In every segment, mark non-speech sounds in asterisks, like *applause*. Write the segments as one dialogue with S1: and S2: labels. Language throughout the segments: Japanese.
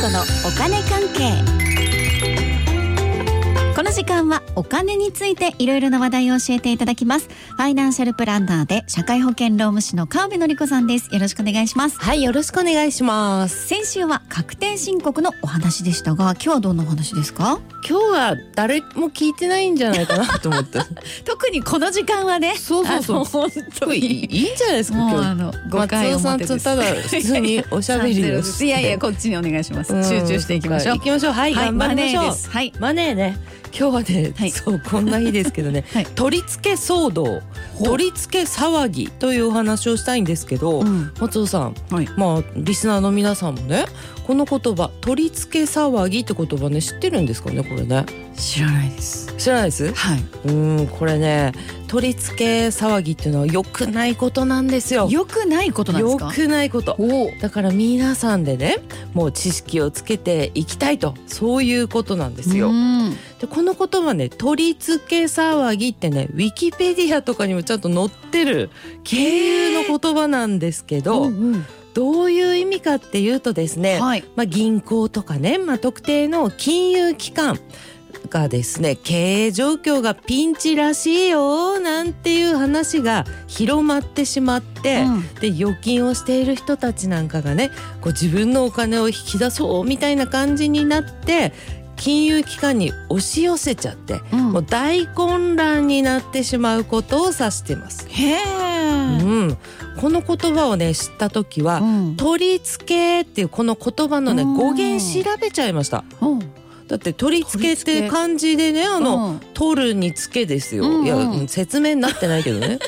S1: トのお金関係この時間はお金についていろいろな話題を教えていただきますファイナンシャルプランナーで社会保険労務士の川辺典子さんですよろしくお願いします
S2: はい、よろしくお願いします。
S1: 先週は確定申告のお話でしたが今日はどんなお話ですか
S2: 今日は誰も聞いてないんじゃないかなと思って。
S1: 特にこの時間はね
S2: *laughs* そうそうそう
S1: あの本当
S2: いい
S1: に
S2: いいんじゃないですか、
S1: もう
S2: 今
S1: あ
S2: 日。
S1: の誤
S2: 松
S1: 解
S2: 尾
S1: を
S2: さんとただ普通におしゃべりをして。
S1: いやい
S2: *laughs*
S1: やこっちにお願いします
S2: うん
S1: 集中していきましょう
S2: 行きましょう。はい、頑
S1: マ
S2: 張りまし
S1: ネー
S2: ょ
S1: で
S2: う。
S1: すはい
S2: マネーね。今日はね、
S1: はい
S2: そうこんな日ですけ *laughs* どね、
S1: はい
S2: 取り付け騒動、
S1: う
S2: 取り付け騒ぎというお話をしたいんですけど、
S1: うん
S2: 松尾さん、
S1: はい
S2: まあリスナーの皆さんもね、この言葉取り付け騒ぎって言葉ね知ってるんですかねこれね。
S1: 知らないです
S2: 知らないです？
S1: はい。
S2: うんこれね取り付け騒ぎっていうのは良くないことなんですよ。
S1: 良くないことなんですか
S2: 良くないこと
S1: お
S2: だから皆さんでねもう知識をつけていきたいとそういうことなんですよ。
S1: うん
S2: でこの言葉ね取り付け騒ぎってねウィキペディアとかにもちゃんと載ってる経由の言葉なんですけど、
S1: うんうん
S2: どういう意味かっていうとですね、
S1: はい
S2: まあ、銀行とかね、まあ、特定の金融機関がですね経営状況がピンチらしいよなんていう話が広まってしまって、
S1: うん
S2: で預金をしている人たちなんかがねこう自分のお金を引き出そうみたいな感じになって金融機関に押し寄せちゃって、
S1: うん
S2: もう大混乱になってしまうことを指しています。
S1: へえ
S2: うん、この言葉をね知った時は、
S1: うん
S2: 取り付けっていうこの言葉のね
S1: うん
S2: 語源調べちゃいました
S1: うん
S2: だって取り付け
S1: 取り
S2: っ
S1: 付
S2: て
S1: け
S2: 漢字でねあの、
S1: うん
S2: 取るにつけですよ、
S1: うんうん
S2: いやうん説明になってないけどね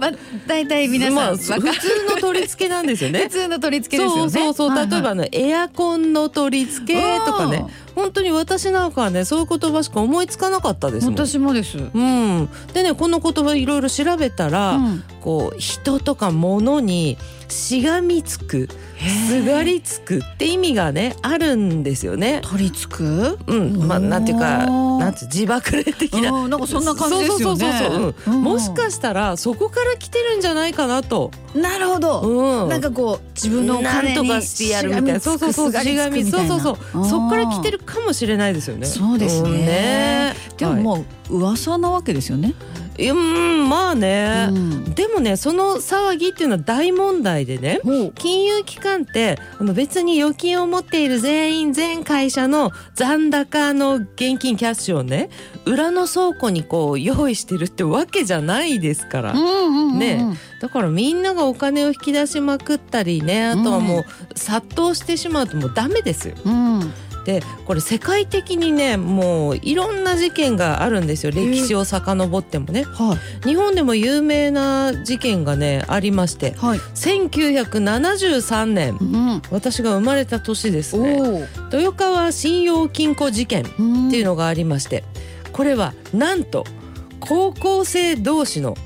S1: ま大体 *laughs* 皆さ
S2: まあ
S1: ん
S2: 普通
S1: わか
S2: の取り付けなんです
S1: *laughs*
S2: よ
S1: 普
S2: ね
S1: 通の取り付けですよね
S2: そうそうそう、
S1: はいはい
S2: 例えばあのエアコンの取り付けとかね本当に私なんかはねそういう言葉しか思いつかなかったで
S1: うん
S2: すもん
S1: 私もです
S2: うん、でねこの言葉いろいろ調べたら、
S1: うん
S2: こう人とか物にしがみつくすがりつくって意味がねあるんですよね。
S1: 取り付く
S2: うん、まあなんていうか
S1: おー
S2: なんて自爆霊的な。
S1: うんなんかそんな感じですよね
S2: そうそうそうそう、うん
S1: うん
S2: もしかしたらそこから来てるんじゃないかなと。
S1: なるほど
S2: うん。
S1: なんかこう自分のお
S2: なん
S1: 金
S2: と
S1: に
S2: かしてやるみたいな。
S1: しが
S2: そう
S1: みつ
S2: そ
S1: く
S2: うそう。
S1: すがりつくみ
S2: そ
S1: た
S2: う
S1: い
S2: そ
S1: な
S2: うそう。そこから来て
S1: る
S2: るかもしれないですよね。
S1: そうですね
S2: んね
S1: でももう噂なわけですよね
S2: はいうんまあね
S1: う。ん
S2: でもねその騒ぎっていうのは大問題でね。
S1: ほう
S2: 金融機関ってあの別に預金を持っている全員全会社の残高の現金キャッシュをね裏の倉庫にこう用意してるってわけじゃないですから
S1: うんうんうん
S2: ねだからみんながお金を引き出しまくったりねあとはもう殺到してしまうともうダメですよ。
S1: うん
S2: でこれ世界的にねもういろんな事件があるんですよ歴史を遡ってもね。
S1: は
S2: 日本でも有名な事件がねありまして
S1: いはい
S2: 1973年。
S1: うん
S2: 私が生まれた年です
S1: お
S2: ね
S1: お
S2: 豊川信用金庫事件っ
S1: って
S2: いう
S1: の
S2: のがありましてこれはなんと高校生同士の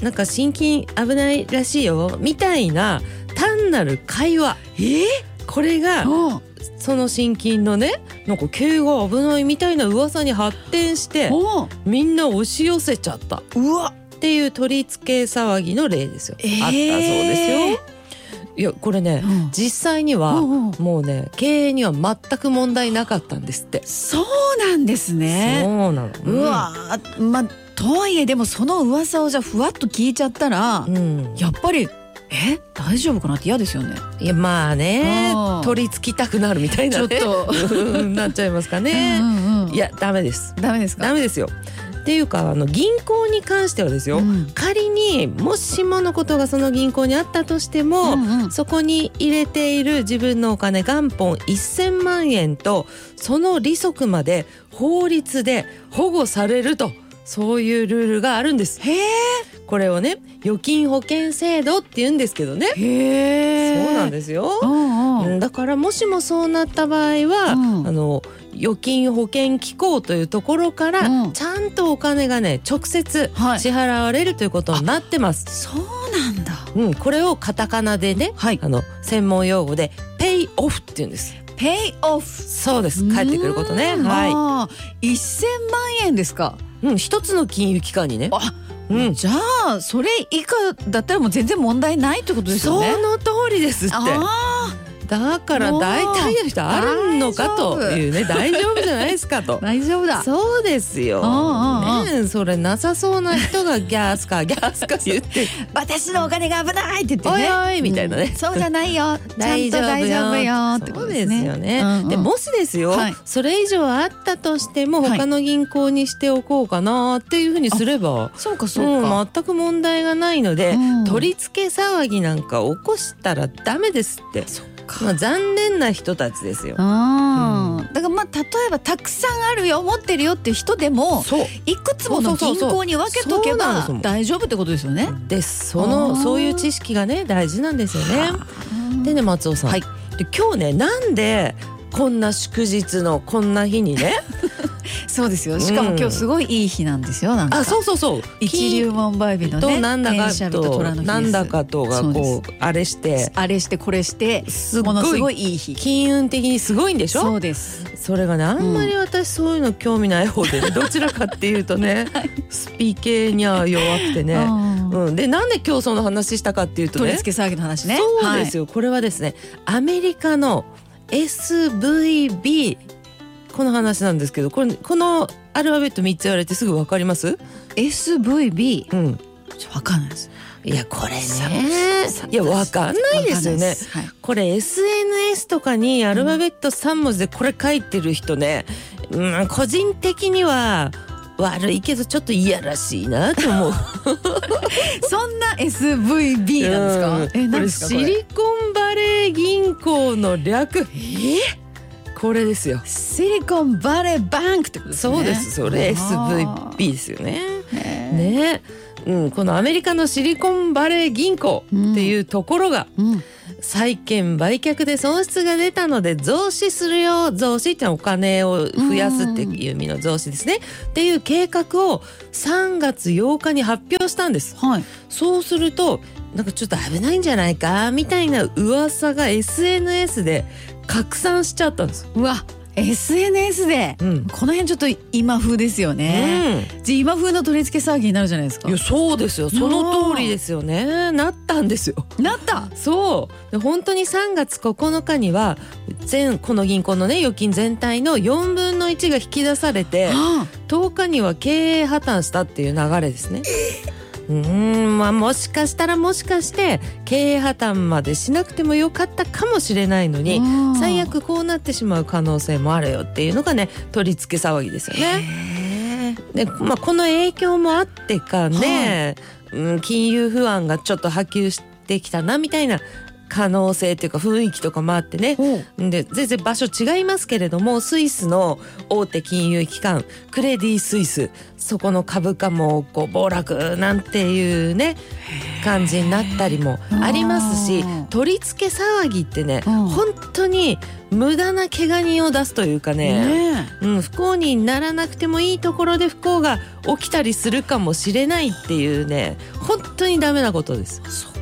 S2: なんか親近危ないらしいよみたいな単なる会話えこれが
S1: は
S2: その親近のねなんか経営が危ないみたいな噂に発展して
S1: おー
S2: みんな押し寄せちゃった
S1: うわ
S2: っていう取り付け騒ぎの例ですよ、
S1: えー
S2: あったそうですよいやこれね
S1: うん
S2: 実際には、
S1: うんうん
S2: もうね経営には全く問題なかったんですって。
S1: そうなんですね
S2: そうなの。
S1: うわーまあとはいえでもその噂をじゃあふわっと聞いちゃったら
S2: うん。うん。
S1: やっぱりえ大丈夫かなって嫌ですよね
S2: いやまあね
S1: うん
S2: 取り付きたくなるみたいなね。
S1: と
S2: うん *laughs* なっちゃいますか
S1: う
S2: ね。
S1: んうんうん
S2: いやダメです。
S1: ダメですか
S2: ダメですよ。っていうかあの銀行に関してはですよ。
S1: うん
S2: 仮にもしものことがその銀行にあったとしても。
S1: うんうん
S2: そこに入れている自分のお金元本1000万円とその利息まで法律で保護されるとそういうルールがあるんです
S1: へ
S2: これをね預金保険制度って言うんですけどね
S1: えへえ
S2: そうなん
S1: す
S2: ですよ
S1: うん
S2: う
S1: うん
S2: んだからもしもそうなった場合は、
S1: うん
S2: あの預金保険機構というところから、
S1: うん
S2: ちゃんとお金がね直接
S1: はい
S2: 支払われるということになってます、
S1: そうなんだ
S2: うん、これをカタカナでね
S1: はい
S2: あの専門用語でペイオフって言うんです。
S1: ペイオフ
S2: そうです。帰ってくることね。は
S1: はい1000万円ですか
S2: い。うん、一つの金融機関にね。
S1: あ
S2: うん。
S1: じゃあそれ以下だったらもう全然問題ないってことです
S2: そ
S1: よね
S2: の通りですって。
S1: あ
S2: だから大体の人あるのかというね大丈夫じゃないですか *laughs* と
S1: 大丈夫だ
S2: そうですよ
S1: おうおうおう
S2: ねえそれなさそうな人がギャースかギャースか言って
S1: 私のお金が危ないって言ってね
S2: おいおいみたいなね
S1: うんそうじゃない
S2: *laughs*
S1: よちゃんと大丈夫よってことですね
S2: そうですよね、
S1: うんうん
S2: でもしですよ、
S1: はい
S2: それ以上あったとしても
S1: はい
S2: 他の銀行にしておこうかなっていうふうにすれば、
S1: そうかそうか、
S2: うん、全く問題がないので、
S1: うん
S2: 取り付け騒ぎなんか起こしたらダメですって
S1: そっ
S2: まあ、残念な人たちですよ。
S1: あーだからまあ例えばたくさんあるよ持ってるよっていう人でも
S2: そう
S1: いくつもの
S2: そ
S1: 銀
S2: うそうそう
S1: 行に分けとけ
S2: そうなんで
S1: ば
S2: すもん
S1: 大丈夫ってことですよね。
S2: ですそ
S1: あ
S2: の
S1: ー
S2: そういう知識がね大事なんですよね。でね松尾さん、
S1: はい
S2: で今日ねなんでこんな祝日のこんな日
S1: *laughs*
S2: にね
S1: そうですよしかも
S2: うん
S1: 今日すごいいい日なんですよなんか
S2: あそうそうそう
S1: 一粒万倍日の
S2: 金と
S1: ね
S2: なんだ
S1: 天
S2: か
S1: 赦日と
S2: と
S1: 虎の日です
S2: なんだかとが
S1: そう
S2: こうあれして
S1: あれしてこれして
S2: すっ
S1: ものすご
S2: ご
S1: い
S2: い
S1: いい日
S2: 金運的にすごいんでしょ
S1: そうです
S2: それがねあんまり私そういうの興味ない方
S1: *laughs*
S2: でね、どちらかっていうとね、スピ系には弱くて
S1: う
S2: ね、
S1: ん
S2: うん、でなんで今日その話したかっていうと
S1: 取り
S2: ね
S1: 付け騒ぎの話ね
S2: そうです
S1: よ
S2: よ、これはですねアメリカの SVB この話なんですけどこれこのアルファベット3つ言われてすぐ分かります、
S1: SVB
S2: うん、
S1: ちょわかんないです
S2: いやこれね
S1: さ
S2: いや分かんないです
S1: わかんな
S2: よ
S1: い
S2: ね
S1: で。すはい
S2: これ SNS とかにアルファベット3文字でこれ書いてる人ね、うん、個人的には悪いけどちょっといやらしいなと
S1: *laughs*
S2: 思う。
S1: そんな SVB なんですか
S2: う
S1: え
S2: こ
S1: 何
S2: れ
S1: ですか
S2: シ
S1: これ
S2: リコンバレー銀行の略。これですよ。
S1: シリコンバレーバンクってことですね
S2: そうです。それ
S1: あ
S2: SVB ですよね。
S1: ーへー
S2: ね。うん、このアメリカのシリコンバレー銀行っていうところが
S1: うん
S2: 債券売却で損失が出たので増資するよ増資ってのはお金を増やすっていう意味の増資ですねっていう計画を3月8日に発表したんです
S1: はい
S2: そうするとなんかちょっと危ないんじゃないかみたいな噂が SNS で拡散しちゃったんです、
S1: うわ SNS で
S2: うん
S1: この辺ちょっと今風ですよね、じゃあ今風の取り付け騒ぎになるじゃないですか
S2: いやそうですよその通りですよねなったんですよ
S1: なった
S2: そうで本当に3月9日には全この銀行のね預金全体の4分の1が引き出されて
S1: あ
S2: 10日には経営破綻したっていう流れですね。うーんまあもしかしたらもしかして経営破綻までしなくてもよかったかもしれないのに
S1: あ
S2: 最悪こうなってしまう可能性もあるよっていうのがね取り付け騒ぎですよね。
S1: ね
S2: で、まあ、この影響もあってかね、うん、金融不安がちょっと波及してきたなみたいな可能性というか雰囲気とかもあってね
S1: おう
S2: で全然場所違いますけれどもスイスの大手金融機関クレディ・スイスそこの株価もこう暴落なんていうね感じになったりもありますし
S1: あー
S2: 取り付け騒ぎってね
S1: うん
S2: 本当に無駄な怪我人を出すというか
S1: ね
S2: うん、不幸にならなくてもいいところで不幸が起きたりするかもしれないっていうね本当にダメなことです。
S1: えそっか、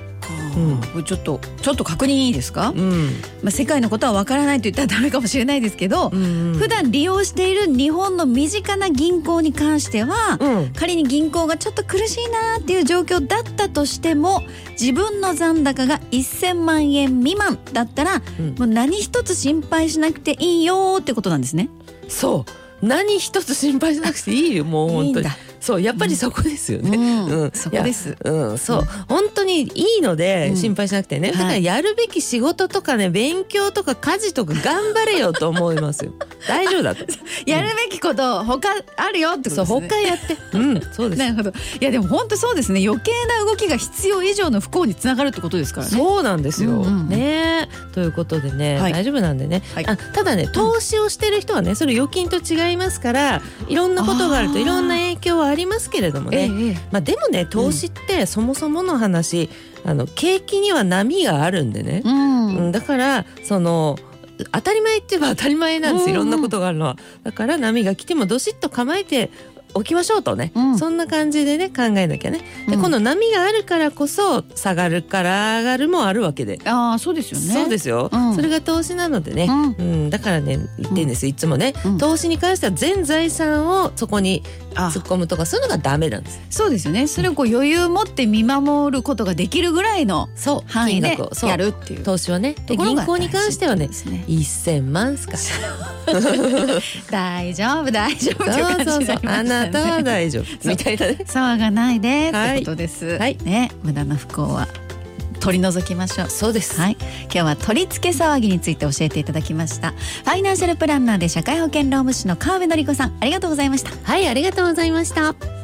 S2: うん
S1: これちょっとちょっと確認いいですか、
S2: うん
S1: まあ、世界のことはわからないと言ったらダメかもしれないですけど、
S2: うん
S1: 普段利用している日本の身近な銀行に関しては、
S2: うん
S1: 仮に銀行がちょっと苦しいなーっていう状況だったとしても自分の残高が1000万円未満だったら
S2: うん
S1: もう何一つ心配しなくていいよーってことなんですね。
S2: そう何一つ心配しなくて
S1: *laughs*
S2: いいよもう
S1: いい
S2: 本
S1: ん
S2: 当に
S1: だ。
S2: そうやっぱりそこですよ
S1: う
S2: ね。
S1: ん
S2: うん
S1: そこです。
S2: うん、そう、本当にいいので
S1: うん
S2: 心配しなくてね、だか
S1: は
S2: ら
S1: い
S2: やるべき仕事とかね勉強とか家事とか頑張れよと思い
S1: *laughs*
S2: ますよ大丈夫だと
S1: やるべきこと他あるよってこ
S2: そ
S1: と
S2: う
S1: です
S2: 他
S1: ね。
S2: やってうんそうです
S1: なるほど。いやでも本当そうですね。余計な動きが必要以上の不幸につながるってことですからね。
S2: そうなんですよ。
S1: うんうんうん
S2: ねということでね、
S1: はい
S2: 大丈夫なんでね、
S1: はい
S2: あただね投資をしてる人はねそれ預金と違いますからいろんなことがある
S1: あ
S2: と
S1: ー
S2: いろんな影響はありますけれどもね、
S1: ええ
S2: まあ、でもね投資ってそもそもの話、あの景気には波があるんでね、
S1: うん
S2: うん、だからその当たり前って言えば当たり前なんです、
S1: うんうん
S2: いろんなことがあるのはだから波が来てもどしっと構えて置きましょうとね、
S1: うん
S2: そんな感じでね考えなきゃね。で、
S1: うん
S2: この波があるからこそ下がるから上がるもあるわけで。
S1: ああそうですよね
S2: そうですすよ、
S1: うん
S2: それが投資なのでね、
S1: うん
S2: うん、だからね言ってんです、いつもね、
S1: うん
S2: 投資に関しては全財産をそこに
S1: あ
S2: 突っ込むとかそういうのがダメなんです
S1: そうですよねそれをこう余裕持って見守ることができるぐらいの
S2: そう
S1: 範囲
S2: 金
S1: で
S2: 額をそう
S1: やるっていうと
S2: 投資はねで
S1: ころ
S2: 銀
S1: が
S2: 行に関してはね
S1: 大事です
S2: 1000万っすからそ
S1: 大丈夫大丈夫 *laughs* という
S2: う
S1: 感じ
S2: そう
S1: に
S2: そ
S1: な
S2: う
S1: りました
S2: あな
S1: よ
S2: たは
S1: ね *laughs*
S2: 大丈夫みたいなね
S1: 騒がないでっ
S2: は
S1: て
S2: い
S1: ことです、
S2: はい
S1: ね無駄な不幸は取り除きましょう
S2: そうです
S1: はい、今日は取り付け騒ぎについて教えていただきましたファイナンシャルプランナーで社会保険労務士の川辺典子さんありがとうございました
S2: はい、ありがとうございました。